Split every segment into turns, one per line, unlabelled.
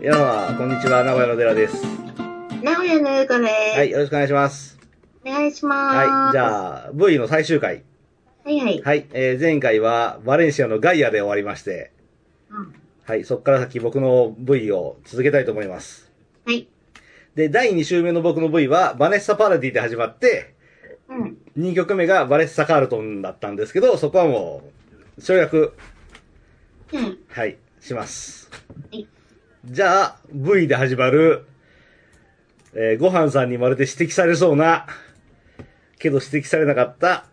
いやあこんにちは、名古屋の寺です。
名古屋のゆうこで
はい、よろしくお願いします。
す。お願いします。
はい、じ
あ。
ゃあ、V の最終回。
はいはい。
はい、えー、前回はバレンシアのガイアで終わりまして、
うん
はい、そっから先僕の V を続けたいと思います。
はい。
で、第2週目の僕の V は、バネッサ・パラディで始まって、
うん。
2曲目がバレッサ・カールトンだったんですけど、そこはもう、省略、
うん。
はい、します。
はい
じゃあ、V で始まる、えーごはんさんにまるで指摘されそうな、けど指摘されなかった、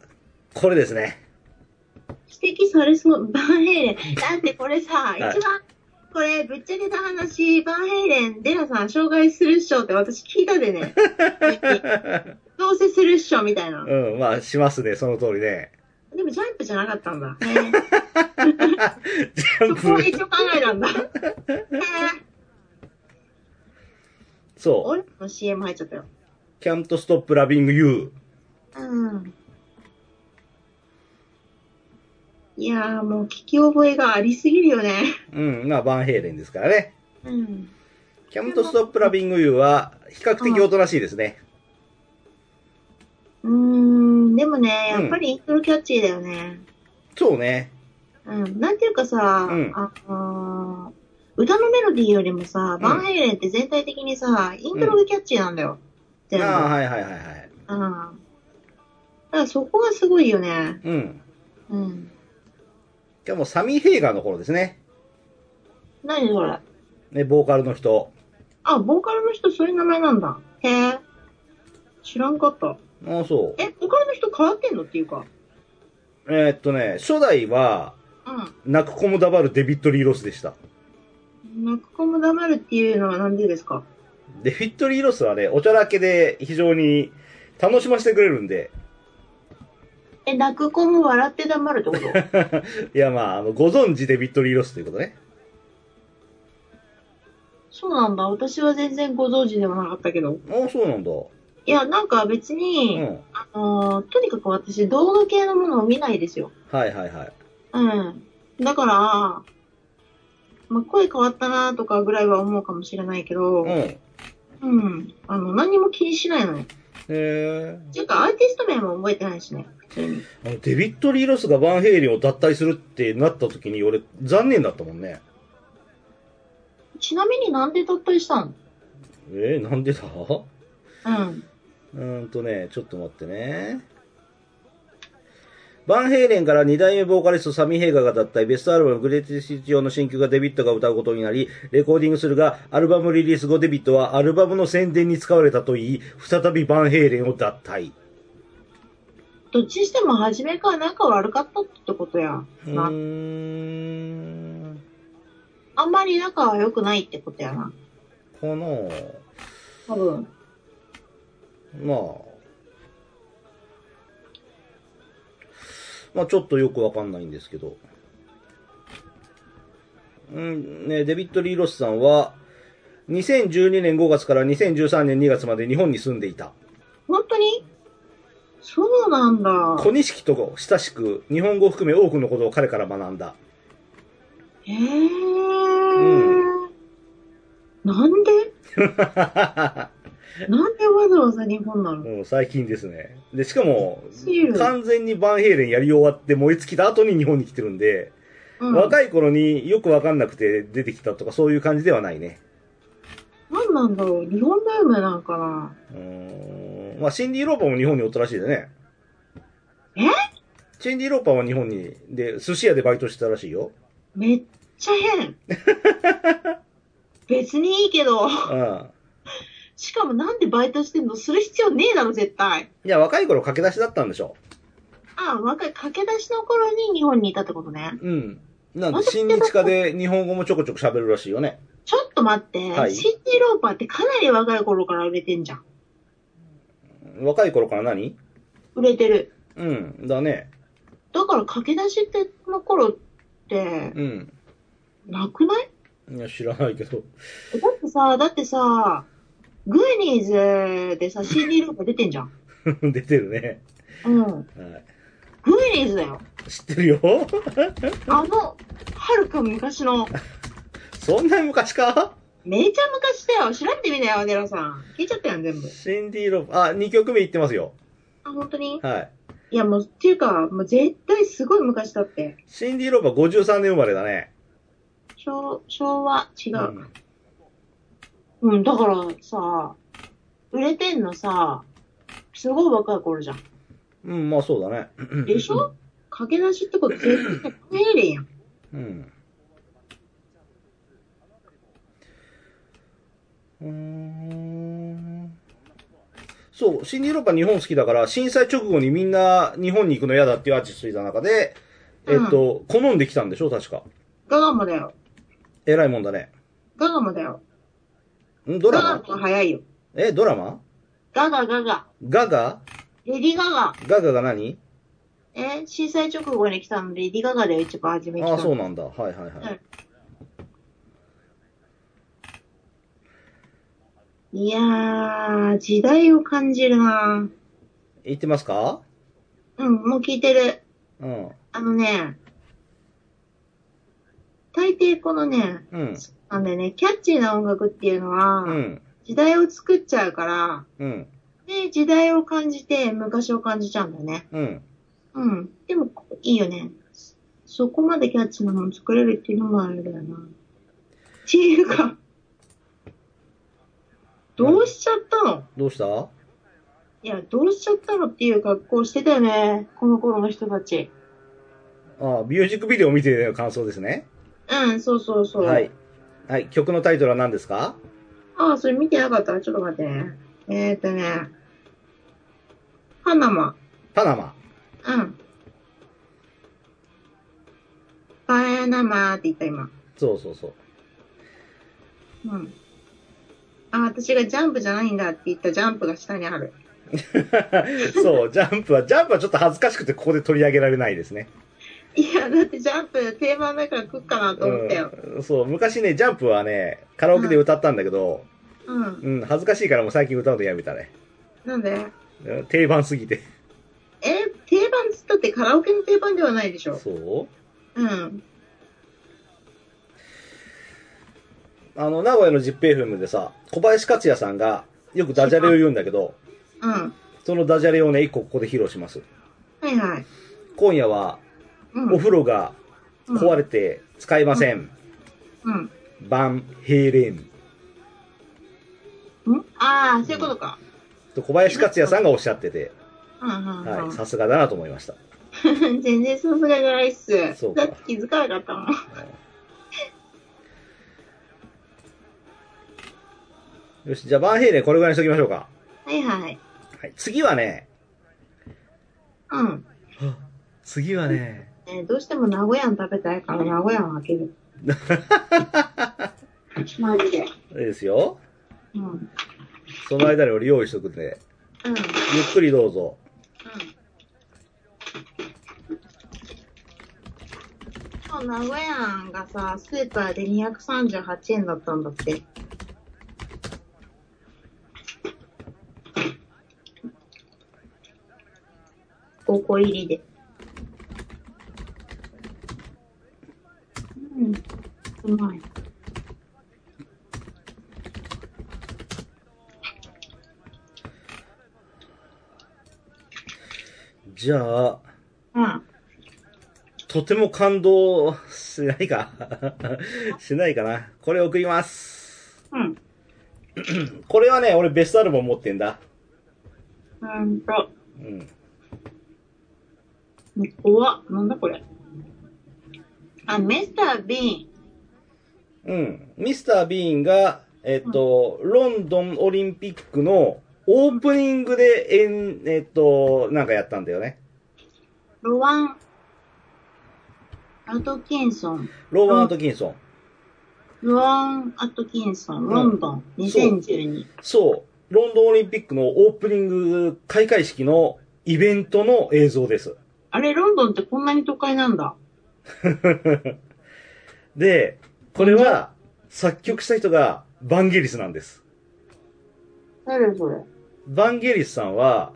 これですね。
指摘されそう。バンヘイレン。だってこれさ、
い
一番、これ、ぶっちゃけた話、バンヘイレン、デラさん、障害するっしょって私聞いた でね。どうせするっしょみたいな。
うん、まあ、しますね、その通りね。
でもジャンプじゃなかったんだ。 ね、
ジャ
そ
ン
こは
プ。
一応考 えたんだ。へえ
そ
俺の CM 入っちゃったよ。
う。Can't Stop Loving You。
うん。いやーもう聞き覚えがありすぎるよね。
うん、まあ、バンヘイレンですからね。
うん。
Can't Stop Loving You は、比較的おとなしいですね。
うーん、でもね、
うん
やっぱりイントロキャッチーだよね。
そうね。
うん。なんていうかさ、
うん
あのー歌のメロディーよりもさ、
ん
バンヘイレンって全体的にさ、イントロがキャッチーなんだよ。
あ
全部。
あ、はいはいはいはい。
うん。だからそこがすごいよね。
うん。
うん。
でも、サミー・ヘイガーの頃ですね。
何それ。
ね、ボーカルの人。
あ、ボーカルの人そういう名前なんだ。へえ。知らんかった。
ああ、そう。
え、ボーカルの人変わってんのっていうか。
えーっとね、初代は、
う
泣く子も黙るデビッド・リー・ロスでした。
ん。泣く子も黙るっていうのはなんでですか
デビッド・リー・ロスはね、おちゃらけで非常に楽しませてくれるんで、
え、泣く子も笑って黙るってこと
いやまあ、あのご存知デビッド・リー・ロスということね。
そうなんだ。私は全然ご存知でもなかったけど。
ああ、そうなんだ。
いや、なんか別
う
に、
ん。
あのーとにかく私、動画系のものを見ないですよ。
はいはいはい。
うん。だから、まあ、声変わったなとかぐらいは思うかもしれないけど、
うん。へ
うん。あの、何にも気にしないのよ。
え。
ていうか、アーティスト名も覚えてないしね。普通に。
あのデビッド・リー・ロスがバンヘイレンを脱退するってなった時に俺、残念だったもんね。
ちなみになんで脱退したん
えー、なんでだ
うん。
うーんとね、ちょっと待ってね。バンヘイレンから2代目ボーカリストサミー・ヘイガーが脱退、ベストアルバムグレーティス用の新曲がデビットが歌うことになり、レコーディングするが、アルバムリリース後デビットはアルバムの宣伝に使われたといい、再びバンヘイレンを脱退。
どっちにしても初めから仲悪かったってことや。
う
な
ーん、
あんまり仲は良くないってことやな。
この、
多分。
まあ、まあちょっとよくわかんないんですけど。うん、ね、デビッド・リー・ロスさんは、2012年5月から2013年2月まで日本に住んでいた。
本当にそうなんだ
小。錦と親しく、日本語を含め多くのことを彼から学んだ。
へえ。なんでなんでわざわざ日本なの
うん、最近ですね。で、しかも
シー、ル
完全にバンヘイレンやり終わって燃え尽きた後に日本に来てるんで、
うん、
若い頃によくわかんなくて出てきたとかそういう感じではないね。
なんなんだろう日本ブームなんかな
うーんまあ、シンディ・ローパーも日本におったらしいでね。
え
シンディ・ローパーは日本に、で、寿司屋でバイトしてたらしいよ。
めっちゃ 変。別にいいけど。
うん。
しかもなんでバイトしてんのする必要ねえだろ、絶対。
いや、若い頃駆け出しだったんでしょ。
ああ、若い、駆け出しの頃に日本にいたってことね。
うん。なんで、新日課で日本語もちょこちょこ喋るらしいよね。
ちょっと待って、
はい
シンディ・ローパーってかなり若い頃から売れてんじゃん。
若い頃から何
売れてる。
うん。だね。
だから駆け出しっての頃って、
うん。
なくない
いや、知らないけど。
だってさ、だってさ、グーニーズで さ、CD ローパー出てんじゃん。
出てるね。
うん。
はい
グーニーズだよ。
知ってるよ
あの、はるか昔の、
そんなに昔か
めちゃ昔だよ。調べてみなよ、デラさん。聞いちゃったやん、全部。
シンディ・ローパー。あ、2曲目言ってますよ。
あ、本当に
はい。
いや、もう、っていうか、もう絶対すごい昔だって。
シンディ・ローパー53年生まれだね。
昭昭和、違
う
う。。うん、だからさ、売れてんのさ、すごい若い頃じゃん。
うん、まあそうだね。
でしょ駆け出しってこと絶対帰れやん。
うん。うーんそう、シンディ・ローパー日本好きだから、震災直後にみんな日本に行くの嫌だっていうアーティストいた中で、えっと、好んできたんでしょ確か。
ガガマだよ。
偉いもんだね。
ガガマだよ。
んド
ガ
ラ
ガ
マ
の方が早いよ。
え、ドラマ
ガガガガ。
ガガ
レディガガ。
ガガが何
え震災直後に来たので、レディガガだよ、一番初めに来た
あ
の。
あ、そうなんだ。はいはいはい。
いやー、時代を感じるな
言ってますか
うん、もう聞いてる。
うん。
あのね、大抵このね、
うん。
なんでね、キャッチーな音楽っていうのは、
うん。
時代を作っちゃうから、
うん。
で、時代を感じて、昔を感じちゃうんだよね。
うん。
うん。でも、いいよね。そこまでキャッチーなもの作れるっていうのもあれだよな。っていうか、どうしちゃったの、
どうした
いや、どうしちゃったのっていう格好してたよね。この頃の人たち。
ああ、ミュージックビデオ見ての感想ですね。
うん、そうそうそう。
はい。はい、曲のタイトルは何ですか
ああ、それ見てなかったら、ちょっと待ってね。えー、っとね、パナマ。
パナマ。
うん。パナマーって言った、今。
そうそう そう。
うん。あ、私がジャンプじゃないんだって言ったジャンプが下にある。
そう、ジャンプは、ジャンプはちょっと恥ずかしくてここで取り上げられないですね。
いや、だってジャンプ定番だから食っかなと思ったよ。
うん、そう、昔ね、ジャンプはね、カラオケで歌ったんだけど、
うん。
うん、恥ずかしいからもう最近歌うのやめたね。
なんで
うん定番すぎて。
え、定番っつったってカラオケの定番ではないでしょ。
そう
うん。
あの、名古屋のジッペイフムでさ、小林克也さんがよくダジャレを言うんだけど、
うん。は
そのダジャレをね、一個ここで披露します。
いはい。
今夜は、
うん。
お風呂が壊
れ
れて使いません。
うん。
バンヘイレン。
うん、ああ、そういうことか。
と小林克也さんがおっしゃってて、
うんうんうん。
はい、さすがだなと思いました。
全然さすがじゃないっす。
そう
だ
か
って気づかなかったもん。
よし、じゃあバンヘイレンこれぐらいにしときましょうか。
はいはい。
はい、次はね、
うん。
次はね、
ね、どうしても名古屋の食べたいから名古屋を開ける。 マジで。
いいですよ。
うん。うん。
その間に俺用意しとくんで、
うん。
ゆっくりどうぞ。
そう、名古屋がさ、スーパーで238円だったんだって。5個入りで。うん、うまい。
じゃあ、
うん。
とても感動しないか。 しないかな。これ送ります。
うん。
これはね、俺ベストアルバム持ってんだ。
うんと、
うん。
怖っ。なんだこれ。あ、ミスター・ビ
うん。ミスター・ビーンが、えっと、ロンドンオリンピックのオープニングで、えん、えっと、なんかやったんだよね。
ーン、ロワン、アトキンソン。
ローバー・アトキンソン。
ロワン・アトキンソン、ロンドン、
ん
2012。
そう。ロンドンオリンピックのオープニング開会式のイベントの映像です。
あれ、ロンドンってこんなに都会なんだ。
で、これは作曲した人がバンゲリスなんです。
誰それ。
バンゲリスさんは、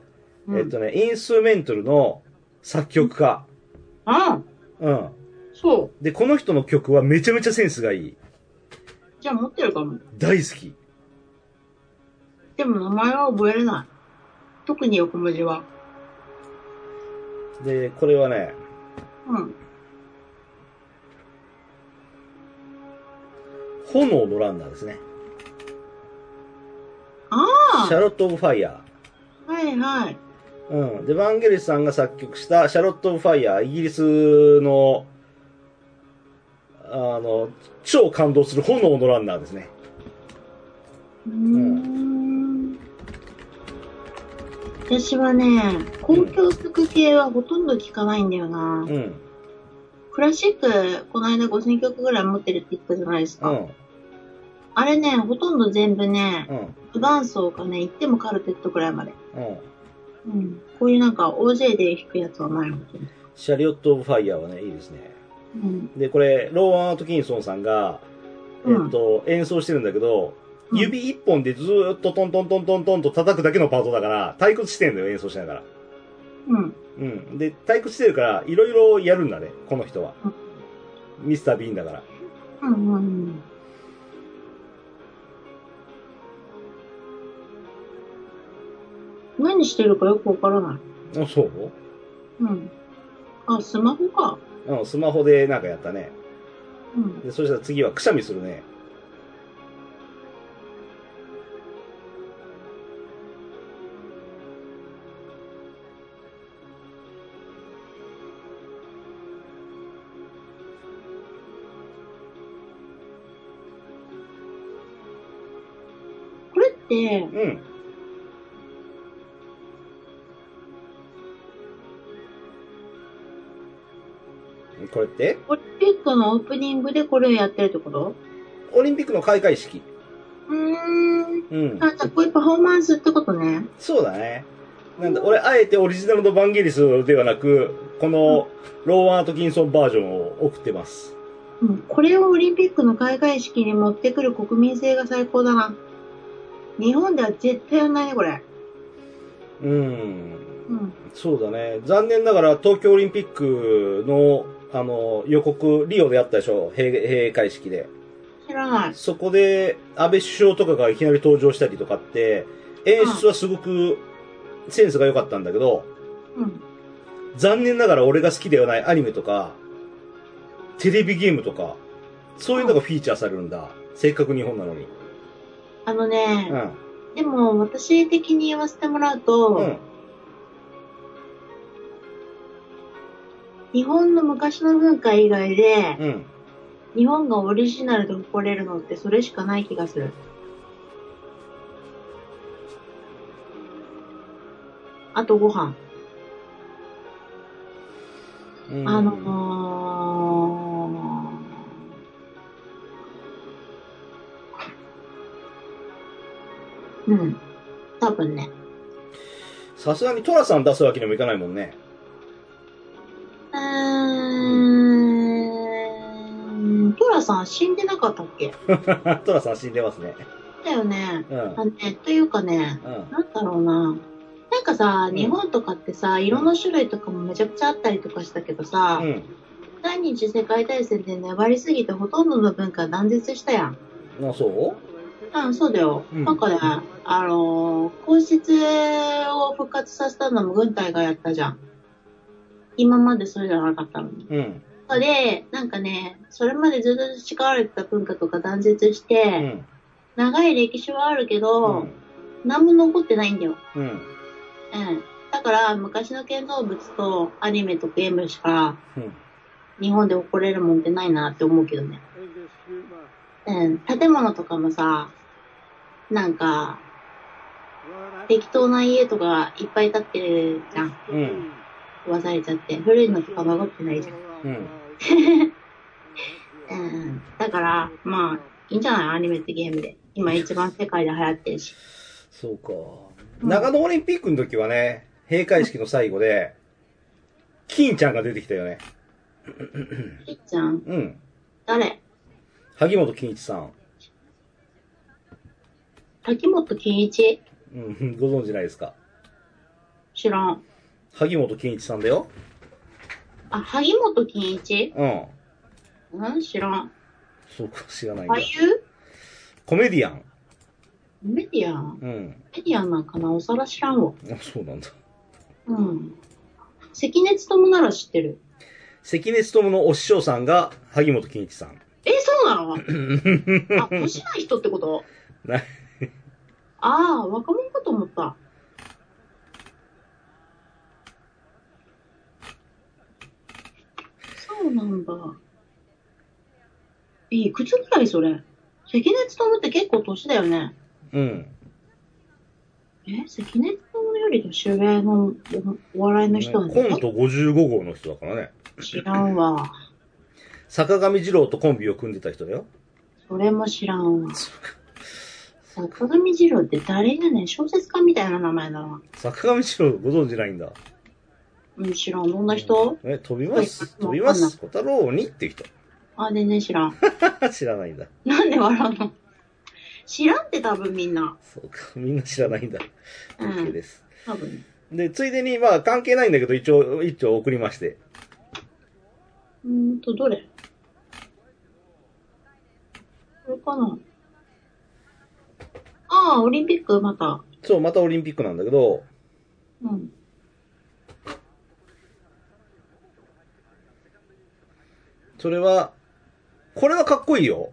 うん、
えっとね、インストゥルメントルの作曲家。
ああ、
うん。
そう。
で、この人の曲はめちゃめちゃセンスがいい。
じゃあ持ってるかも。
大好き。
でも名前は覚えれない。特に横文字は。
で、これはね、
うん。
炎のランナーですね。
あ
シャロット・オブ・ファイヤ
あはいはい。
ー。うん。で、ヴァンゲリスさんが作曲したシャロット・オブ・ファイヤー、イギリスの、あの、超感動する炎のランナーですね。
うーん。私はね、公共曲系はほとんど聞かないんだよな。
うん。
クラシック、この間5000曲ぐらい持ってるって言ったじゃないです
う
か。
ん。
あれね、ほとんど全部ね、
うん。
不伴奏かね、言ってもカルテットぐらいまで。
うん。
うん。こういうなんか OJ で弾くやつはないもん。
シャリオット・オブ・ファイヤーはね、いいですね。
うん。
で、これ、ローアン・アトキンソンさんが、
うん
えっと、演奏してるんだけど、
うん
指一本でずーっとトントントントントンと叩くだけのパートだから、退屈してんだよ、演奏しながら。
うん。
うん。で、退屈してるから、いろいろやるんだね、この人は
うん。
ミスター・ビーンだから。
うんうんうん。何してるかよくわからない。
あ、そう
うん。あ、スマホか。
うん、スマホでなんかやったね。
うん。
で、そしたら次はくしゃみするね。
これって、
うん。これって
オリンピックのオープニングでこれをやってるってこと
オリンピックの開会式。
うーん。
うん。
あ、じゃあこういうパフォーマンスってことね。
そうだね。なんだ、俺、あえてオリジナルのバンゲリスではなく、この、ローアン・アトキンソンバージョンを送ってます。
うん。これをオリンピックの開会式に持ってくる国民性が最高だな。日本では絶対やんないね、これ。
うん。
うん。
そうだね。残念ながら、東京オリンピックの、あの、予告、リオであったでしょ閉閉会式で。
知らない。
そこで、安倍首相とかがいきなり登場したりとかって、演出はすごく、センスが良かったんだけど、
うん。
残念ながら俺が好きではないアニメとか、テレビゲームとか、そういうのがフィーチャーされるんだ。せっかく日本なのに。
あのね、
うん。
でも私的に言わせてもらうと、
うん。
日本の昔の文化以外で、
うん。
日本がオリジナルで誇れるのってそれしかない気がする。あとご飯。
うん
あのー、うん。多分ね。
さすがにトラさん出すわけにもいかないもんね。
うーん。トラさん死んでなかったっけ
トラさん死んでますね。
だよね。
うん。
あのね、というかね、
うん。
なんだろうな。なんかさ、
うん
日本とかってさ、色の種類とかもめちゃくちゃあったりとかしたけどさ、
う
第二次世界大戦で粘りすぎてほとんどの文化断絶したやん。
ん。あ、そう
うん、そうだよ。
うん
なんかね、あのー、皇室を復活させたのも軍隊がやったじゃん。今までそれじゃなかったのに。
うん。
で、なんかね、それまでずっと培われてた文化とか断絶し
う
て、
ん。
長い歴史はあるけ
う
ど、
ん。
何も残ってないんだよ。
うん。
うん。だから、昔の建造物とアニメとゲームしか、
うん
日本で怒れるもんってないなって思うけどね。うん。建物とかもさ、なんか、適当な家とかいっぱい建ってるじゃん。
うん。
壊されちゃって。古いのとか残ってないじ
うん。
ゃん。うん。だから、まあ、いいんじゃないアニメってゲームで。今一番世界で流行ってるし。
そうか。長野オリンピックの時はね、閉会式の最後で、金ちゃんが出てきたよね。
いっちゃん
うん。
誰
萩本欽一さん。
滝本健一
うん、ご存知ないですか。
知らん。
萩本欽一さんだよ。
あ、萩本健一
うん。
うん知らん。
そうか、知らないんだ
俳。優
コメディアン。
メディア、
うん。
メディアなんかな、おさら知らんわ。
あそうなんだ。
うん。関根勤なら知ってる。
関根勤のお師匠さんが、萩本欽一さん。
え、そうな のあ、年ない人ってこと
な
ああ、若者かと思った。そうなんだ。え、いくつぐらいそれ関根勤って結構年だよね。
うん。
え、関根勤より年上のおお笑いの人なの
コント55号の人だからね。
知らんわ。
坂上二郎とコンビを組んでた人だよ。
それも知らんわ。坂上二郎って誰やねん小説家みたいな名前だな。
坂上二郎ご存知ないんだ。
うん、知らん。どんな人、
え、飛びます。
うん
飛びま
わかん
す。小太郎にっていう人。
あ、全然知らん。
知らないんだ。
なんで笑うの知らんって多分みんな。
そうか。みんな知らないんだ。
うん
OK です。
多分。
で、ついでに、まあ、関係ないんだけど、一応、一応送りまして。
うーんと、どれこれかなああ、オリンピックまた。
そう、またオリンピックなんだけど、
うん。
それは、これはかっこいいよ。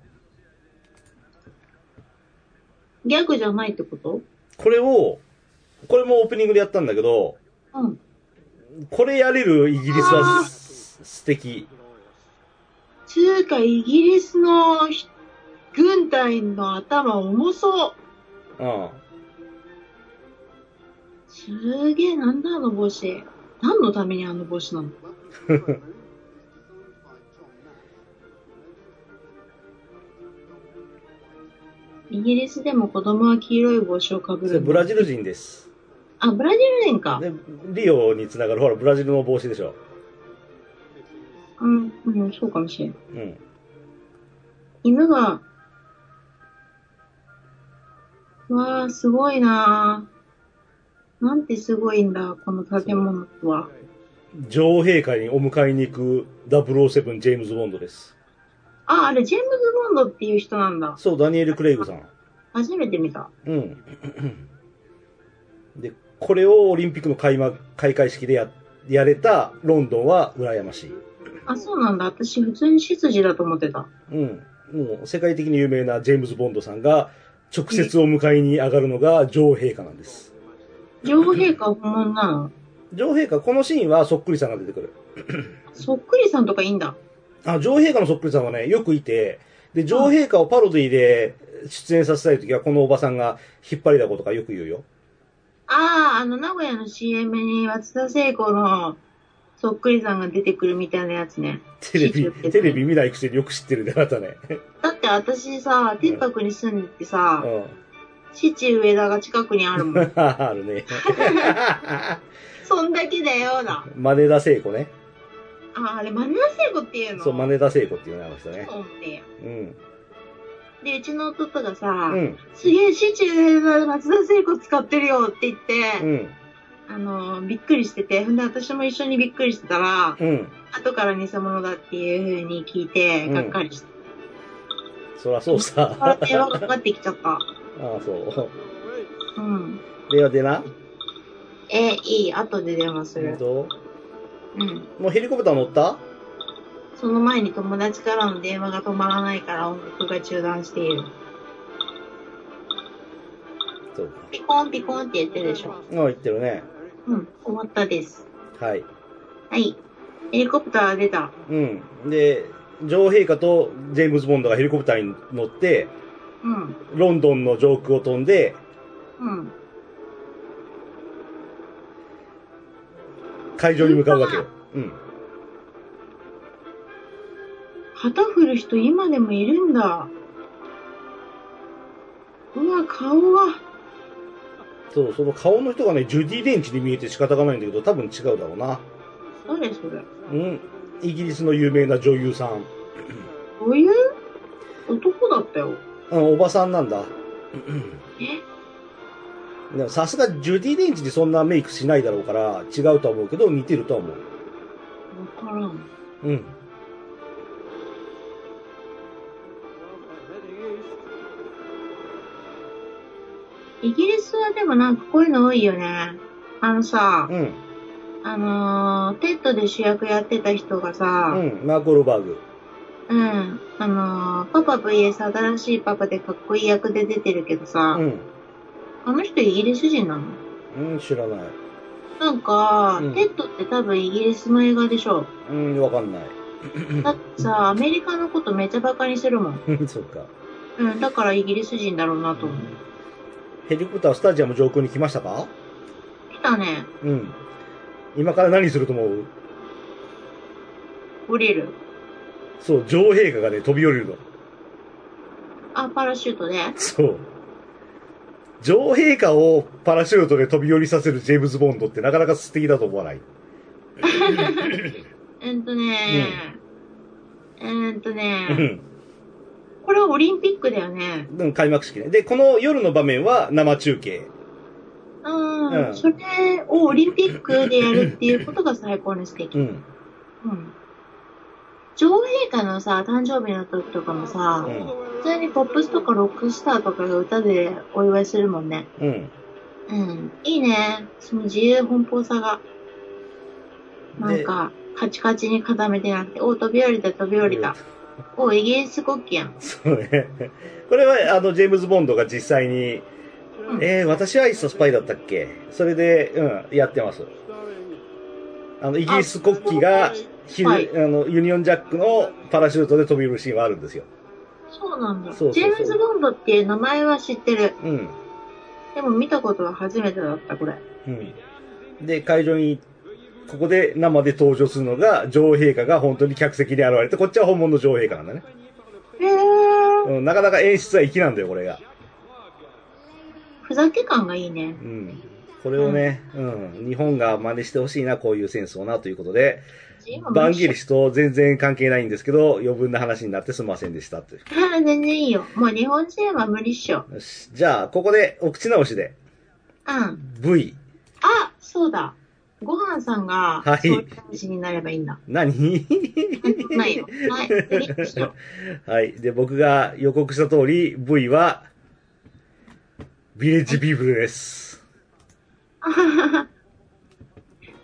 ギャグじゃないってこと
これを、これもオープニングでやったんだけど、
うん。
これやれるイギリス
あ
は
ー
す素敵。
つうか、イギリスのひ軍隊の頭重そう。
うん。
すげえ、なんだあの帽子。何のためにあの帽子なのイギリスでも子供は黄色い帽子をかぶ
それ
る。
ブラジル人です。
あ、ブラジル人か。
で、リオにつながる、ほら、ブラジルの帽子でしょ。
うん、うん、そうかもしれん。
うん。
犬が、わあ、すごいなあなんてすごいんだ、この建物は。
女王陛下にお迎えに行く007ジェームズ・ボンドです。
あ、あれ、ジェームズ・ボンドっていう人なんだ。
そう、ダニエル・クレイグさん。
初めて見た。
うん。で、これをオリンピックの開幕、開会式でや、やれたロンドンは羨ましい。
あ、そうなんだ。私、普通に執事だと思ってた。
うん。もう世界的に有名なジェームズ・ボンドさんが直接お迎えに上がるのが女王陛下なんです。
女王陛下は本物なの
女王陛下、このシーンはそっくりさんが出てくる。
そっくりさんとかいいんだ。
あ、女王陛下のそっくりさんはね、よくいて、で、女王陛下をパロディで出演させたいときは、このおばさんが引っ張りだことかよく言うよ。
ああ、あの、名古屋の CM に松田聖子のそっくりさんが出てくるみたいなやつね。
テレ
聞い
ビ
てるけ、ど
テレビ見ないくせによく知ってるね、あなたね。
だって私さ、天白に住んでてさ、
う
父上田が近くにあるもん。
ん。ある ね。
そんだけだよな。
マネダ聖子ね。
あ、あれ、マネダ聖子っていうの
そう、マネダ聖子っていうね、あの人
聖
ね。
子っていう。
うん。
で、うちの弟がさ、
うん。
すげえ、父上田松田聖子使ってるよって言って、
うん。
あの、びっくりしてて、ほんで私も一緒にびっくりしてたら、
うん。
後から偽物だっていう風に聞いて、
うん
がっかりして。
そらそうさ。
笑
あ
ってがかかってきちゃった。
あ、そう。
うん。
ではでな。
え、いい。後で電話す
えっ
る。
と、
うん。
もうヘリコプター乗った
その前に友達からの電話が止まらないから音楽が中断している。
そうか。
ピコンピコンって言ってるでしょ。
ああ、言ってるね。
うん。終わったです。
はい。
はい。ヘリコプター出た。
うん。で、女王陛下とジェームズ・ボンドがヘリコプターに乗って、
うん。
ロンドンの上空を飛んで、
うん。
会場に向かうわけよ。うん。
旗振る人今でもいるんだ。うわ、顔は。
そう、その顔の人がね、ジュディ・レンチに見えて仕方がないんだけど、多分違うだろうな。
誰それ
うん。イギリスの有名な女優さん。
どういう男だったよ。
うん、おばさんなんだ。
え
でもさすがジュディ・レンチにそんなメイクしないだろうから、違うとは思うけど、似てるとは思う。
わからん。
うん。
イギリスはでもなんかこういうの多いよね。あのさ、
うん。
あのーテッドで主役やってた人が
う
さ、
ん。マーク・ロバーグ。
うん、あのーパパ VS 新しいパパでかっこいい役で出てるけどさ、
うん。
あの人イギリス人なの
うん、知らない。
なんか、
うん
テッドって多分イギリスの映画でしょ。
うん、わかんない。
だってさ、アメリカのことめっちゃバカにするもん。
うんそっか。
うん、だからイギリス人だろうなと思う。
ヘリコプタースタジアム上空に来ましたか
来たね。
うん。今から何すると思う
降りる。
そう、女王陛下がね、飛び降りるの。
あ、パラシュートで。
そう。女王陛下をパラシュートで飛び降りさせるジェームズ・ボンドってなかなか素敵だと思わない。
えっとね、えっと
う
ね、
ん
これはオリンピックだよね。
うん。開幕式ね。で、この夜の場面は生中継。
うん、
うん
それをオリンピックでやるっていうことが最高の素敵。
う。
うんん。女王陛下のさ、誕生日の時とかもさ、
うん
普通にポップスとかロックスターとかが歌でお祝いするもんね。
うん。
うん。いいね。その自由奔放さが。なんか、カチカチに固めてなくて、お、飛び降りた、飛び降りた。お、イギリス国旗やん。
そうね。これは、あの、ジェームズ・ボンドが実際に、えー、私はいつスパイだったっけそれで、うん、やってます。あの、イギリス国旗が、ひ
はい
あの、ユニオンジャックのパラシュートで飛び降りるシーンはあるんですよ。
そうなんだ。
そうそうそう
ジェームズ・ボンドっていう名前は知ってる。
うん。
でも見たことは初めてだった、これ。
うん。で、会場に、ここで生で登場するのが、女王陛下が本当に客席に現れて、こっちは本物の女王陛下なんだね。
へー。
うん、なかなか演出は粋なんだよ、これが。
ふざけ感がいいね。
うん。これをね、うん、日本が真似してほしいな、こういうセンスをな、ということで、バンゲリ
ス。
シュと全然関係ないんですけど、余分な話になってすみませんでした、という。
あー全然いいよ。もう日本人は無理っしょ。
よし。じゃあ、ここで、お口直しで、
うん。
V。
あ、そうだ。ごはんさんが、
はい
そういう感じになればいいんだ。
何
ないよ。はい。無理っしょ。
はい。で、僕が予告した通り、V は、ビレッジビーブルです。
あははは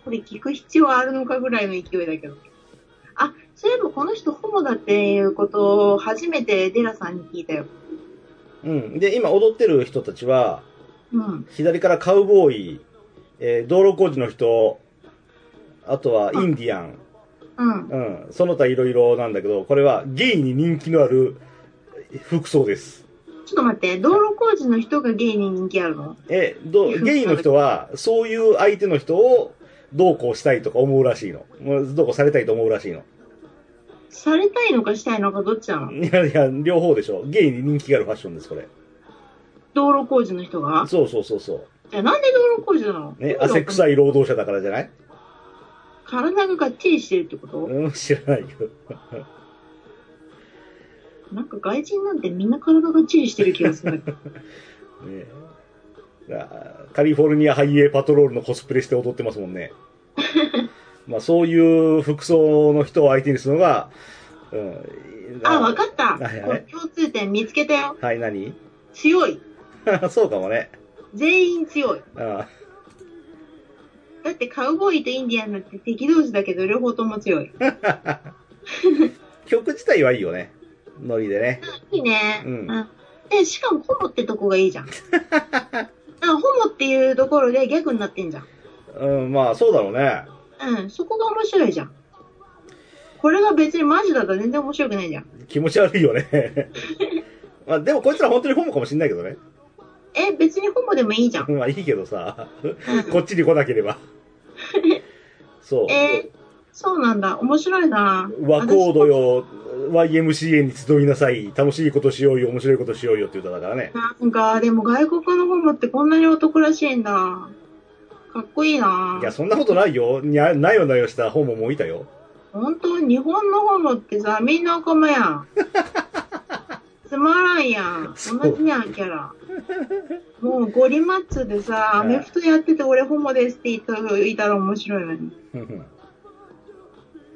これ聞く必要あるのかぐらいの勢いだけど。あ、そういえばこの人ホモだっていうことを初めてデラさんに聞いたよ。
うん。で、今踊ってる人たちは、
うん。
左からカウボーイ、えー道路工事の人、あとはインディアン、
うん。
うん、その他いろいろなんだけど、これはゲイに人気のある服装です。
ちょっと待って、道路工事の人がゲイに人気あるの
え、ど、ゲイの人は、そういう相手の人を、どうこうしたいとか思うらしいの。もうどうこうされたいと思うらしいの。
されたいのかしたいのかどっちなの
いやいや、両方でしょ。ゲイに人気があるファッションです、これ。
道路工事の人が
そうそうそうそ
じゃあなんで道路工事なの
う。ね、汗臭い労働者だからじゃない
体ががっちりしてるってこと
うん、知らないけど。
なんか外人なんてみんな体がっちりしてる気が する。
ねあカリフォルニアハイエーパトロールのコスプレして踊ってますもん ね。まあそういう服装の人を相手にするのが、うん、
あ、わかった。
はいはい
これ共通点見つけたよ。
はい、何
強い。
そうかもね。
全員強い。
あ
だってカウボーイとインディアンなんて敵同士だけど両方とも強い。
曲自体はいいよね。ノリでね。
いいね。
うん
で、しかもホモってとこがいいじゃん。 だからホモっていうところでギャグになってんじゃん。
うん、まあそうだろうね。
うん、そこが面白いじゃん。これが別にマジだったら全然面白くないじゃん。
気持ち悪いよね。 まあでもこいつら本当にホモかもしんないけどね。
え、別にホモでもいいじゃん。
まあいいけどさ、こっちに来なけれ ば。そう。
えー、そうなんだ。面白いな。
和コードよ、YMCA に集いなさい、楽しいことしようよ、面白いことしようよって歌だからね
私。なんか、でも外国のホモってこんなに男らしいんだ。かっこいいない
や、そんなことないよ。にゃ、なよなよしたホモもいたよ。
本当日本のホモってさみんなおかまや んつまらんやん
そう
同じやんキャラもうゴリマッツでさアメフトやってて俺ホモですって言った言ったら面白いのに
ふんふん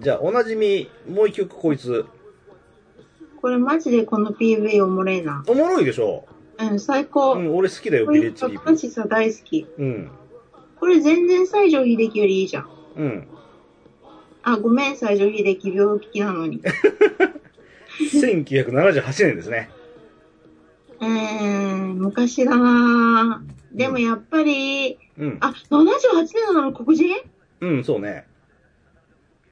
じゃあ、おなじみ、もう一曲こいつ。
これマジでこの PV おもれえな
おもろいでしょ
うん、最高。
うん、俺好きだよ、
こ
ビ
れ
レッジリー
高
プ。
橋さ、大好き。
うん。
これ全然西城秀樹よりいいじゃん。
うん。
あ、ごめん、西城秀樹、病気なのに。
1978年ですね。
えー、昔だなぁでもやっぱり、
うん。
あ、78年なの黒人
うん、そうね。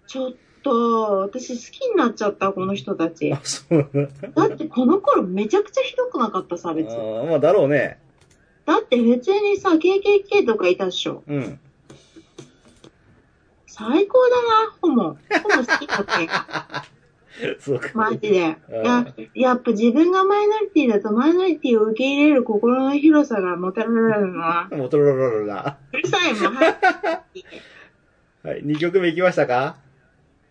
ちょっと、私好きになっちゃった、この人 たち。
あ、そうな
だってこの頃めちゃくちゃひどくなかった、差別。だ
あーまあ、だろうね。
って別にさ、KKK とかいたっしょ。
うん。
最高だな、ホモ。ホモ好き だって。
そうか。
マジで。や
うん
やっぱ自分がマイノリティだとマイノリティを受け入れる心の広さがもたられるな。
もうトロロロロだ。
うるさいもん、はい。
はい、2曲目いきましたか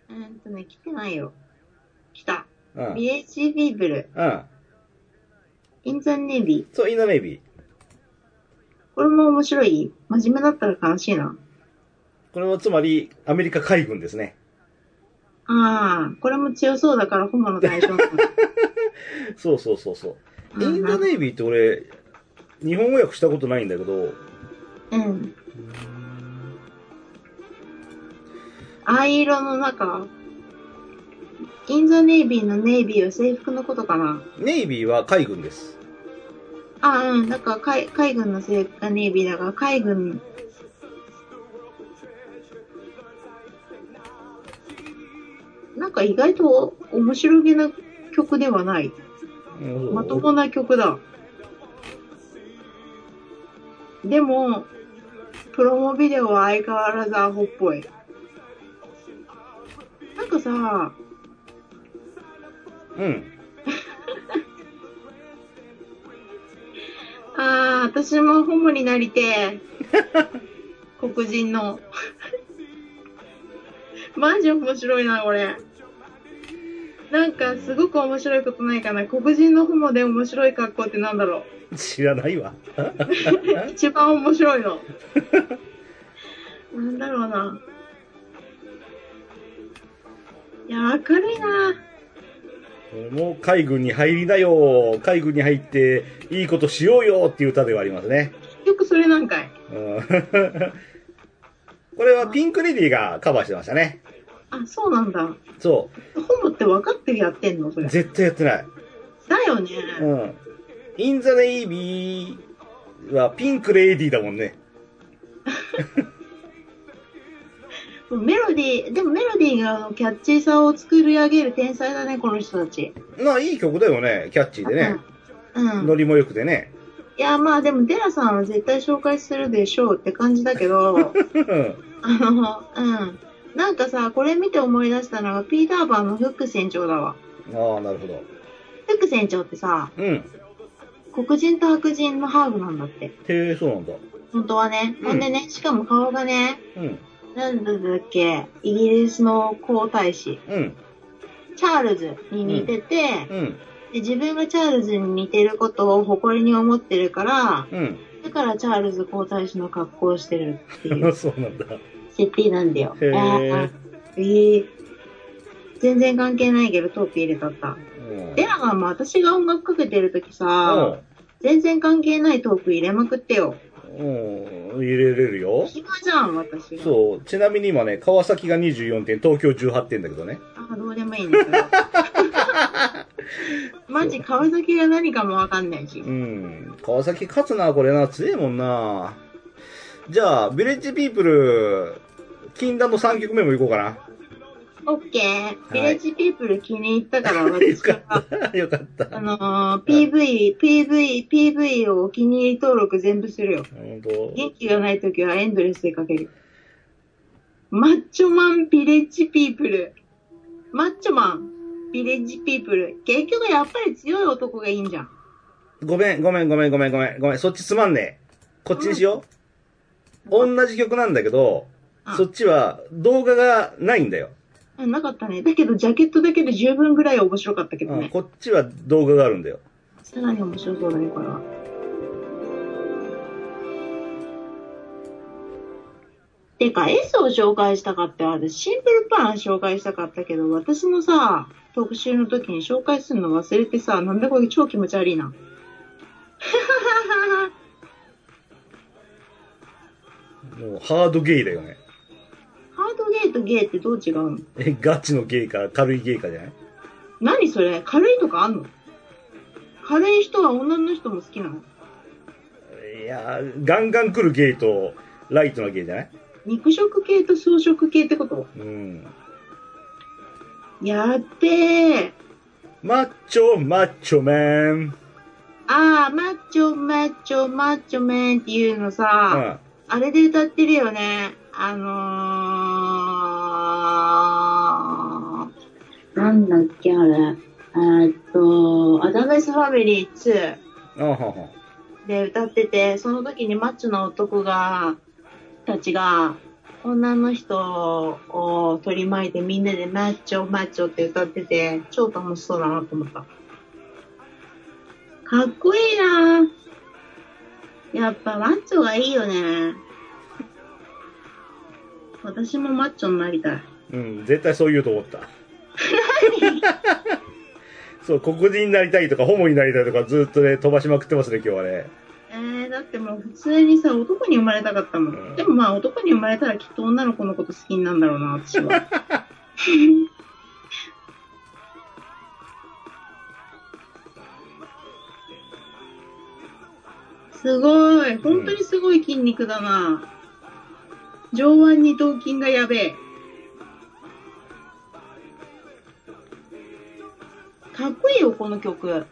うんとね、来てないよ。来た。
うん。うん。
BHC ビーブル、インザネビー。
そう、インドネイビー。
これも面白い真面目だったら悲しいな。
これはつまり、アメリカ海軍ですね。
ああ、これも強そうだからホモの対象。
そうそうそうそう。
うん
インドネイビーって俺、日本語訳したことないんだけど、
うん。藍色の中、インザネイビーのネイビーは制服のことかな。
ネイビーは海軍です。
ああ、うん。だから海海軍の制服がネイビーだから、海軍。なんか意外と面白げな曲ではない。
うんそう
まともな曲だ。でも、プロモビデオは相変わらずアホっぽい。なんかさ、
うん。
あー、私もホモになり てえ、黒人の。 マジ面白いな、これ。なんか、すごく面白いことないかな。黒人のホモで面白い格好ってなんだろ
知らないわ。
う。一番面白いの。なんだろうな。いや、明るいな。
俺も海軍に入りなよ。海軍に入って、いいことしようよっていう歌ではありますね。
結局それなんかい。
うんこれはピンクレディーがカバーしてましたね。
あ、そうなんだ。ホ
そ。
モって分かってやってんのそうれ。
絶対やってない。
だよね。
うん。インザネイビーはピンクレディーだもんね。
メロディー、でもメロディーがあのキャッチーさを作り上げる天才だね、この人たち。
まあいい曲だよね。キャッチーでね。
うん。う
ノ
ん、
リも良くてね。
いや、まあでも、デラさんは絶対紹介するでしょうって感じだ けど、
うん。
あの、うん。なんかさ、これ見て思い出したのが、ピーターバーのフック船長だわ。
ああ、なるほど。
フック船長ってさ、
うん。
黒人と白人のハーフなんだって。
へえ、そうなんだ。
本当はね。
うん
ほんでね、しかも顔がね、
うん。
なんだっけ、イギリスの皇太子、
うん。
チャールズに似てて、
うん。
で自分がチャールズに似てることを誇りに思ってるから、
うん。
だからチャールズ皇太子の格好をしてるっ ていう
そうなんだ。
設定なんだよ。
へー
あーえー全然関係ないけどトーク入れたった。
うん。
デラマンも私が音楽かけてるときさ、全然関係ないトーク入れまくってよ。
うん。うん。入れれるよ。
暇じゃん、私が。
そう。ちなみに今ね、川崎が24点、東京18点だけどね。
あーどうでもいいんだけ ど。マジ、川崎が何かもわかんないし
う。ん。川崎勝つな、これな。強えもんな。じゃあ、ビレッジピープル、禁断の3曲目もいこうかな。
オッケー。ビレッジピープル気に入ったから、
よ
私
か
が。
った。 よかった。
あのー、PV、PV、PV をお気に入り登録全部するよ。
本当。
元気がない時はエンドレスでかける。マッチョマンビレッジピープル。マッチョマンビレッジピープル。結局やっぱり強い男がいいんじゃん。
ごめん、ごめん、ごめん、ごめん、ごめん、ごめん。そっちつまんねえ。こっちにしよう。同じ曲なんだけど、
うん
そっちは動画がないんだよ。
うんなかったね。だけどジャケットだけで十分ぐらい面白かったけど
うん、
ね。
こっちは動画があるんだよ。
さらに面白そうだね、これは。てか、S を紹介したかった私、シンプルパン紹介したかったけど、私のさ、特集の時に紹介するの忘れてさ、なんでこれ超気持ち悪いな。
もうハードゲイだよね。
ハードゲイとゲイってどう違うの
え、ガチのゲイか軽いゲイかじゃない
何それ軽いとかあんの軽い人は女の人も好きなの
いやー、ガンガン来るゲイと、ライトなゲイじゃない
肉食系と草食系ってこと
うん。
やってー
マッチョ、マッチョメン。
ああ、マッチョ、マッチョ、マッチョメンっていうの
う
さ、
ん。
あれで歌ってるよね。あのー、なんだっけ、あれ。えーっと、アダメスファミリー2。
あはは。
で歌ってて、その時にマッチョの男が、たちが、女の人を取り巻いてみんなでマッチョマッチョって歌ってて、超楽しそうだなと思った。かっこいいなやっぱマッチョがいいよね。私もマッチョになりたい。
うん、絶対そう言うと思った。 そう、黒人になりたいとか、ホモになりたいとか、ずっとね、飛ばしまくってますね、今日はね。
えー、だってもう普通にさ、男に生まれたかったも。
うんん
でもまあ男に生まれたらきっと女の子のこと好きになるんだろうな、私は。すごい。本当にすごい筋肉だな。上腕二頭筋がやべえ。かっこいいよ、この曲。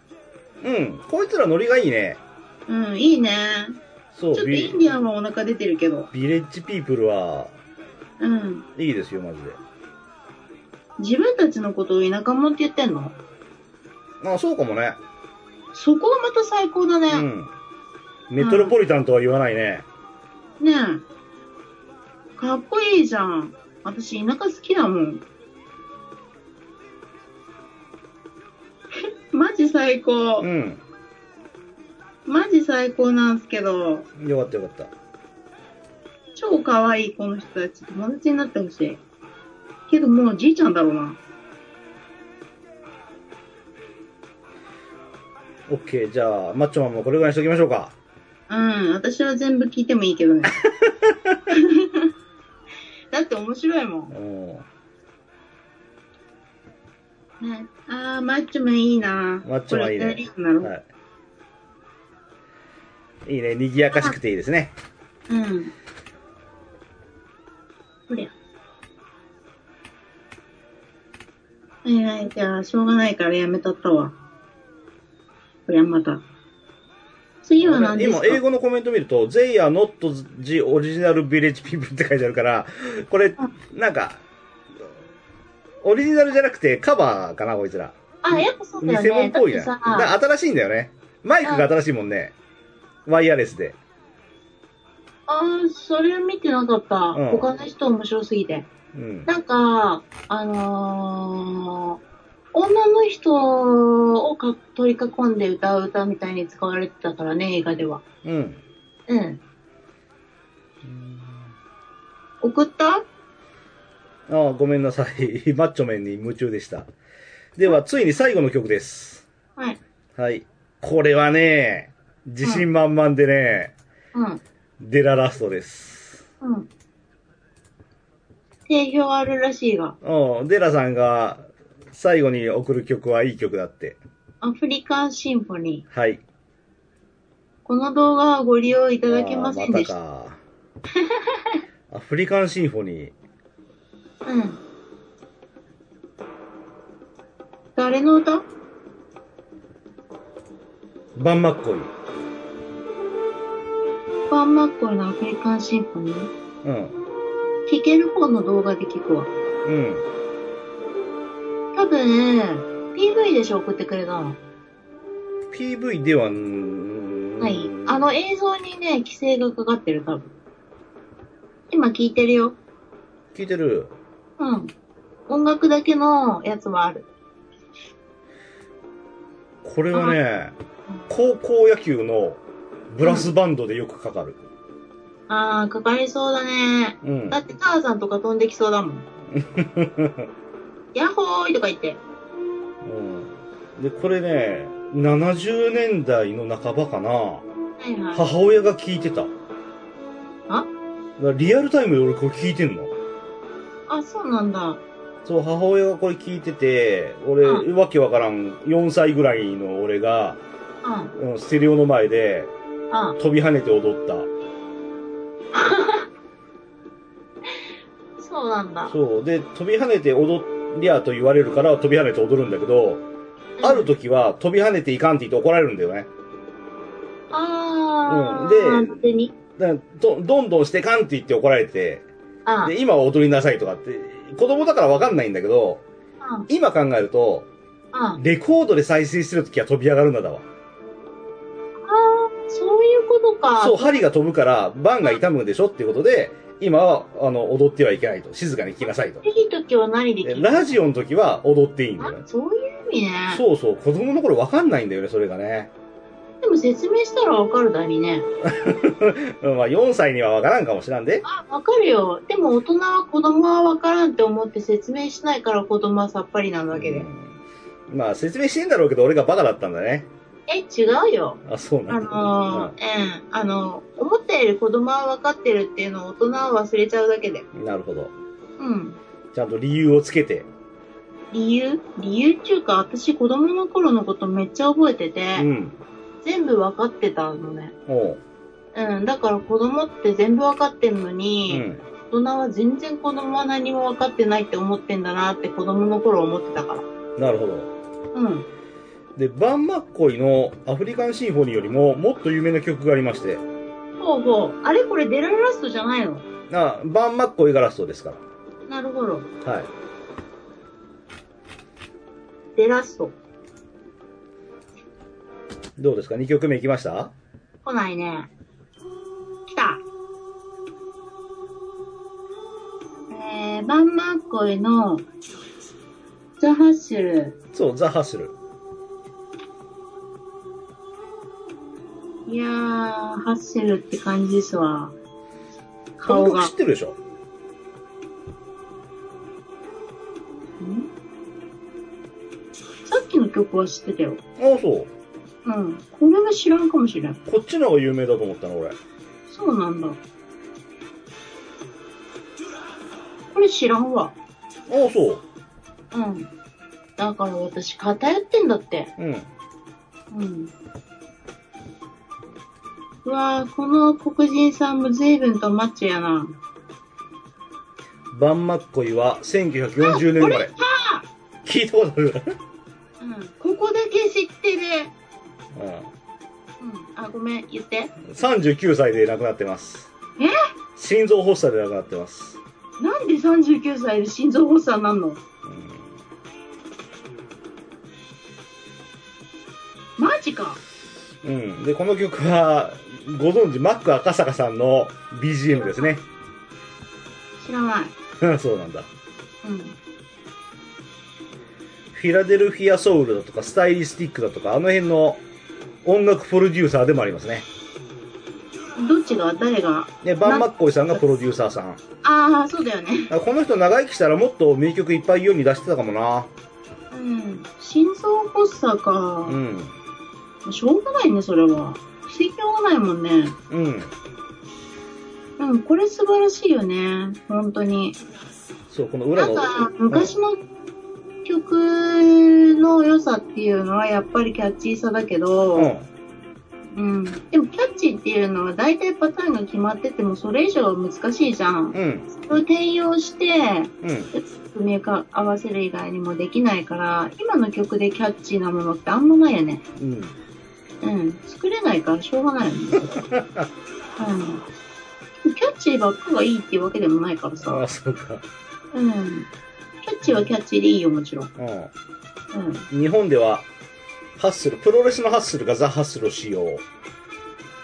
うん、こいつらノリがいいね。
うん、いいね。
そ
ちょっ
う、
とイ
ビ
ンディアンはお腹出てるけど。
ビレッジピープルは、
うん。
いいですよ、マジで。
自分たちのことを田舎者って言ってんの
あ、そうかもね。
そこがまた最高だ
う
ね。
ん。メトロポリタンとは言わないね。
ねえ。かっこいいじゃん。私、田舎好きだもん。 マジ最高
う。ん。
マジ最高なんすけど、
よかったよかった。
超可愛いこの人たち、友達になってほしい。けどもうじいちゃんだろうな。
オッケー、じゃあ、マッチョマンもこれぐらいにしときましょうか。
うん、私は全部聞いてもいいけど ね。 だって面白いもん。
うん。
ね、あー、マッチョもいいな。
マッチョマンいいね
これ歌えるようになろう
はい。いいね、賑やかしくていいですね。
うん。こりゃ。はいはい、じゃあ、しょうがないからやめたったわ。こりゃまた。次は何です
今、
か
英語のコメント見ると、They are not the original village people って書いてあるから、これ、なんか、オリジナルじゃなくてカバーかな、こいつら。
あ、やっぱそうだよ
偽物
ね。
っぽい
だ
ね。
ってさ
だから新しいんだよね。マイクが新しいもんね。ワイヤレスで。
あー、それ見てなかった。
ん
他の人面白すぎて。
うん。
なんか、あのー、女の人をか取り囲んで歌う歌みたいに使われてたからね、映画では。
うん。
うん。送った
ああ、ごめんなさい。 マッチョメンに夢中でした。では、ついに最後の曲です。
はい。
はい。これはね、自信満々でね、
うん。
デララストです。
うん。定評あるらしいが。
うん、デラさんが最後に送る曲はいい曲だって。
アフリカンシンフォニー。
はい。
この動画はご利用い
い
ただけませんでした。
またか。アフリカンシンフォニー。
うん。誰の歌
バンマッコイ。
バンマッコイのアフリカンシンフォニー。
うん。
聴ける方の動画で聞くわ。
うん。
多分、PV でしょ、送ってくれたの。
PV では、ん
はい。あの、映像にね、規制がかかってる、多分。今聞いてるよ。
聞いてる。
うん。音楽だけのやつはある。
これはね、高校野球のブラスバンドでよくかかる。
あー、かかりそうだね。
うん
だ。って、ターザンとか飛んできそうだ もん。ヤッホーイとか言って。
うんで、これね、70年代の半ばかな、
はいはい。
母親が聞いてた。
あ
だからリアルタイムで俺これ聞いてんの。
あ、そうなんだ。
そう、母親がこれ聞いてて、俺、
う
わけわからん、4歳ぐらいの俺が、
うん、
うんステレオの前で
うん。
飛び跳ねて踊った。
そうなんだ。
そう。で、飛び跳ねて踊りゃと言われるから飛び跳ねて踊るんだけど、
うん
ある。時は飛び跳ねていかんって言って怒られるんだよね。
あ
うん
ー。
で
勝手に。
だからど、どんどんしてかんって言って怒られて、
あ
で、今は踊りなさいとかって、子供だからわかんないんだけど、
あ、
今考えると、
あ
レコードで再生してる時は飛び上がるんだだわ。
あー、そういうことか。
そう、針が飛ぶから、バンが痛むでしょっていうことで、今は、あの、踊ってはいけないと。静かに聞きなさいと。
いい時は何で
で
聞い
ラジオの時は踊っていいんだよ
あ
ね。
そういう意味ね。
そうそう、子供の頃わかんないんだよね、それがね。
でも説明したらわかるだにね。
うんまあ、4歳にはわからんかもしらんで。
あ、わかるよ。でも大人は子供はわからんって思って説明しないから子供はさっぱりなわけで。
うんまあ、説明してんだろうけど、俺がバカだったんだね。
え、違うよ。
あ、そうな
あ
んだ。
のー、ええあの、思ったより子供はわかってるっていうのを大人は忘れちゃうだけで。
うんなるほど。
うん。
ちゃんと理由をつけて。
理由理由っていうか、私子供の頃のことめっちゃ覚えてて、
うん。
全部わかってたのね。
おう。
うん。だから子供って全部わかってんの
う
に、
ん。
大人は全然子供は何も分かってないって思ってんだなって子供の頃思ってたから。
なるほど。
うん。
で、バンマッコイのアフリカンシンフォニーよりも、もっと有名な曲がありまして。
ほうほう。あれこれデララストじゃないの
あ、バンマッコイがラストですか
なるほど。
ら。はい。
デラスト。
どうですか ?2 曲目いきました
来ないね。来た。えー、バンマッコイのザ・ハッシュル。
そう、ザ・ハッスル。
いやー、ハッシュルって感じですわ。
この
顔
曲
が。
知ってるでしょ
んさっきの曲は知ってたよ。
ああ、そう。
うん。これは知らんかもしれん。
こっちの方が有名だと思ったの、俺。
そうなんだ。これ知らんわ。
ああ、そう。
うん。だから私偏ってんだって。
うん。
うん。うわぁ、この黒人さんも随分とマッチョやな。
バンマッコイは1940年生まれ。聞いたことある、
うん。ここだけ知ってる。
う
うん。あ、ごめん、言って。
ん、?39 歳で亡くなってます。
え
心臓発作で亡くなってます。
なんで39歳で心臓発作なんのマジか。
うん。うんで、この曲は、ご存知、マック赤坂さんの BGM ですね。
知らない。
そうなんだ。
うん。
フィラデルフィアソウルだとか、スタイリスティックだとか、あの辺の音楽プロデューサーでもありますね。
どっちが誰が
で、バンマッコイさんがプロデューサーさん。
ああ、そうだよね。
あこの人長生きしたらもっと名曲いっぱい世に出してたかもな。
うん。心臓発作か。
うん。
しょうがないね、それは。不思議がないもんね。
うん。
うん、これ素晴らしいよね。本当に。
そう、この
な
裏
ん
の。
か、
うん
昔の曲の良さっていうのはやっぱりキャッチーさだけ
う
ど、
ん。
うん。でもキャッチーっていうのは大体パターンが決まっててもそれ以上は難しいじゃん。
うん。
それを転用して、
うん。
組み合わせる以外にもできないから、今の曲でキャッチーなものってあんまないよね。
うん。
うん、作れないからしょうがないよね。うん、キャッチーばっかがいいっていうわけでもないから
あ
さ
あ、。そうか。
うん。キャッチーはキャッチーでいいよ、もちろん。
う
うん。
ん。日本では、ハッスル、プロレスのハッスルがザ・ハッスルを使用。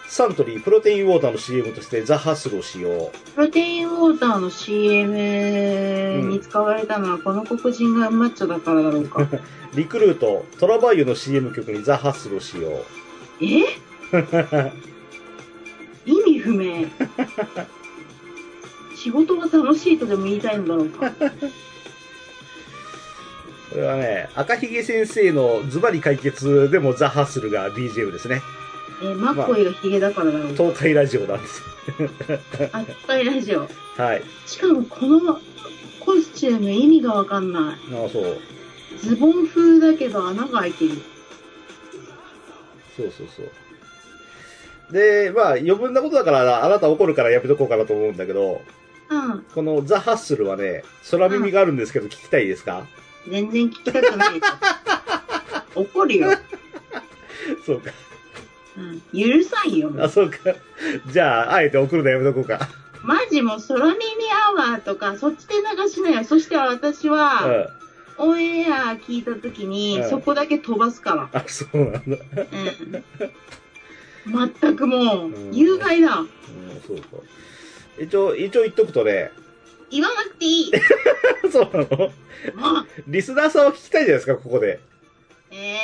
サントリー、プロテインウォーターの CM としてザ・ハッスルを使用。
プロテインウォーターの CM に使われたのは、この黒人がマッチョだからだろう か。
リクルート、トラバイユの CM 曲にザ・ハッスルを使用。
え意味不明。仕事が楽しいとでも言いたいんだろうか。
これはね、赤ひげ先生のズバリ解決でもザ・ハッスルが BGM ですね。
えー、マッコイがヒゲだからだろう。
東海ラジオなんです。
あったいラジオ。
はい。
しかもこのコスチューム意味がわかんな
ああ、そう。
い。ズボン風だけど穴が開いてる。
そうそうそう。で、まあ、余分なことだから、あなた怒るからやめとこうかなと思うんだけど、
うん。
このザ・ハッスルはね、空耳があるんですけど、聞きたいですか
全然聞きたくないです。怒るよ。
そうか。
うん。許さんよ。
あ、そうか。じゃあ、あえて送るのやめとこうか。
マジもう空耳アワーとか、そっちで流しなよ。そして私は、
うん。
オンエア聞いたときに、
うん
そこだけ飛ばすか
あ、そうなんだ。
ら。うん。全くも
うん
う、有害だ。
うん、そうか。一応、一応言っとくとね、
言わなくていい。
そうなの
もう。
リスナーさんは聞きたいじゃないですか、ここで。
え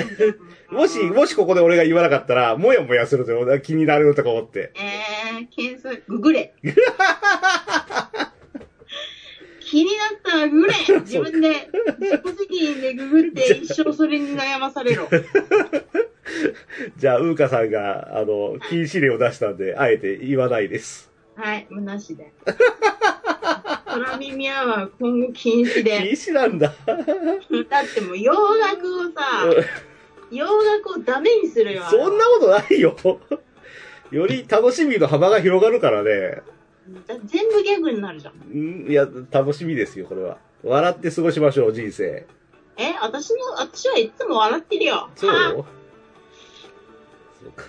ー。
もし、もしここで俺が言わなかったら、もやもやするとよ気になるとか思って。
えー、検索、グ グれ。気になったらグ グれ自分で、自己責任でググって一生それに悩まされ ろ。
じゃあ、ウーカさんが、あの、禁止令を出したんで、あえて言わないです。
はい、むなしで。空耳アワー今後禁止
禁
で。
止なんだ。
だってもう洋楽をさ、洋楽をダメにするよ。
そんなことないよ。より楽しみの幅が広がるからね。
だ全部ギャグになるじゃん。
うんいや、楽しみですよ、これは。笑って過ごしましょう、人生。
え、私の、私はいつも笑ってるよ。
そう
はぁ
そうか。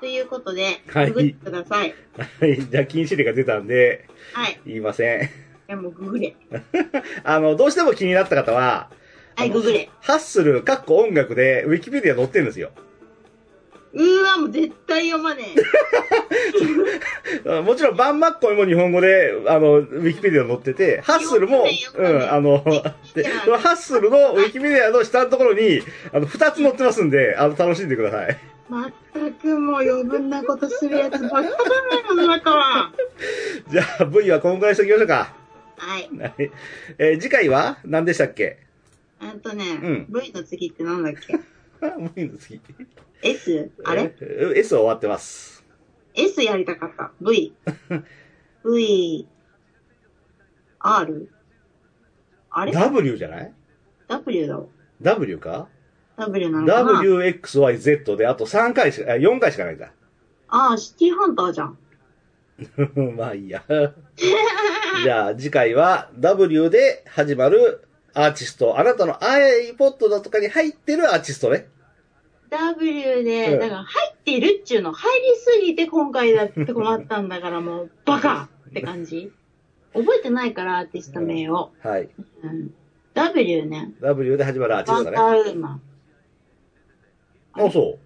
ということで、
はい
ググってください。
はい。じゃあ、禁止令が出たんで、
はい。い
言いません。
や、もうググれ。
あの、どうしても気になった方は、
は
あ
い、
の
ググれ。
ハッスル、かっこ音楽で、ウィキペディア載ってるんですよ。
うーわ、もう絶対読まね
あもちろん、バンマッコイも日本語で、あの、ウィキペディア載ってて、ハッスルも、
日本語
う
で
ん、あの、
え。
で、そのハッスルのウィキペディアの下のところに、あの、二つ載ってますんで、あの、楽しんでください。
まったくもう余分なことするやつばっかだな、世の中は。
じゃあ、V はこんぐらいにしておきましょうか。
はい。
はい。えー次回は何でしたっけ
あとね、
うん
V の次ってなんだっけ
あ ?V の次。
?S? あれ
えー ?S 終わってます。
?S やりたかった。V。V、R? あれ
W じゃない
?W だわ。
?W か
W なのかな
?WXYZ で、あと3回しか、あ4回しかないんだ。
ああ、シティハンターじゃん。
まあいいや。 じゃあ次回は W で始まるアーティスト。あなたの iPod だとかに入ってるアーティストね。
W で、
うん
だから入ってるっちゅうの、入りすぎて今回だって困ったんだからも う、バカって感じ。覚えてないから、アーティスト名を。
はい。
うん、W ね。
W で始まるアーティ
ワ
ス
ン
ト
ダ
ね。
ーウーマン。
あ、そう。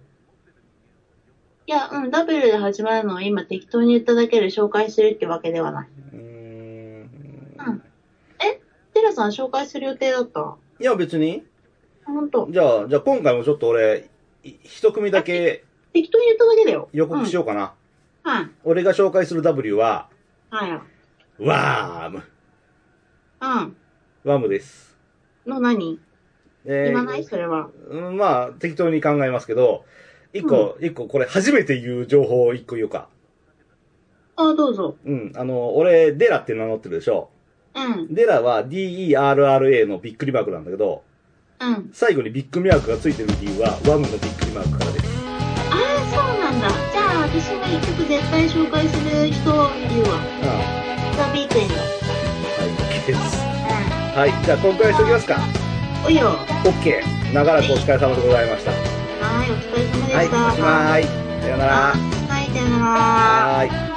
いや、うん、W で始まるのを今適当に言っただけで紹介するってわけではない。
うーん
うん。えテラさん紹介する予定だった
いや別に。
ほんと。
じゃあ、じゃあ今回もちょっと俺、い一組だけ
適当に言っただけだよ。
予告し
よ
ようかな。
うん。はい。
俺が紹介する W は、
はい。
ワーム。
うん。
ワームです。
の何
えー
言わないそれは。
うんまあ、適当に考えますけど、一個、一個、これ初めて言う情報を一個言うか。
あ、どうぞ。
うん。あの、俺、デラって名乗ってるでしょ。
うん。
デラは DERRA のびっくりマークなんだけど、
うん。
最後にびっくりマークがついてる理由は、ワムのびっくりマークからです。
ああ、そうなんだ。じゃあ、私が一曲絶対紹介する人言う
う
わ。
ん。は
ザ・ビークエンド。
い、OK です。はい。じゃあ、今回にしときますか。
うん。おいよ。
OK。長らくお疲れ様でございました。
はい、お疲れ様で
はい、
し
お
た。
しまーい。さよなら。
はい、さよなら。
はーい。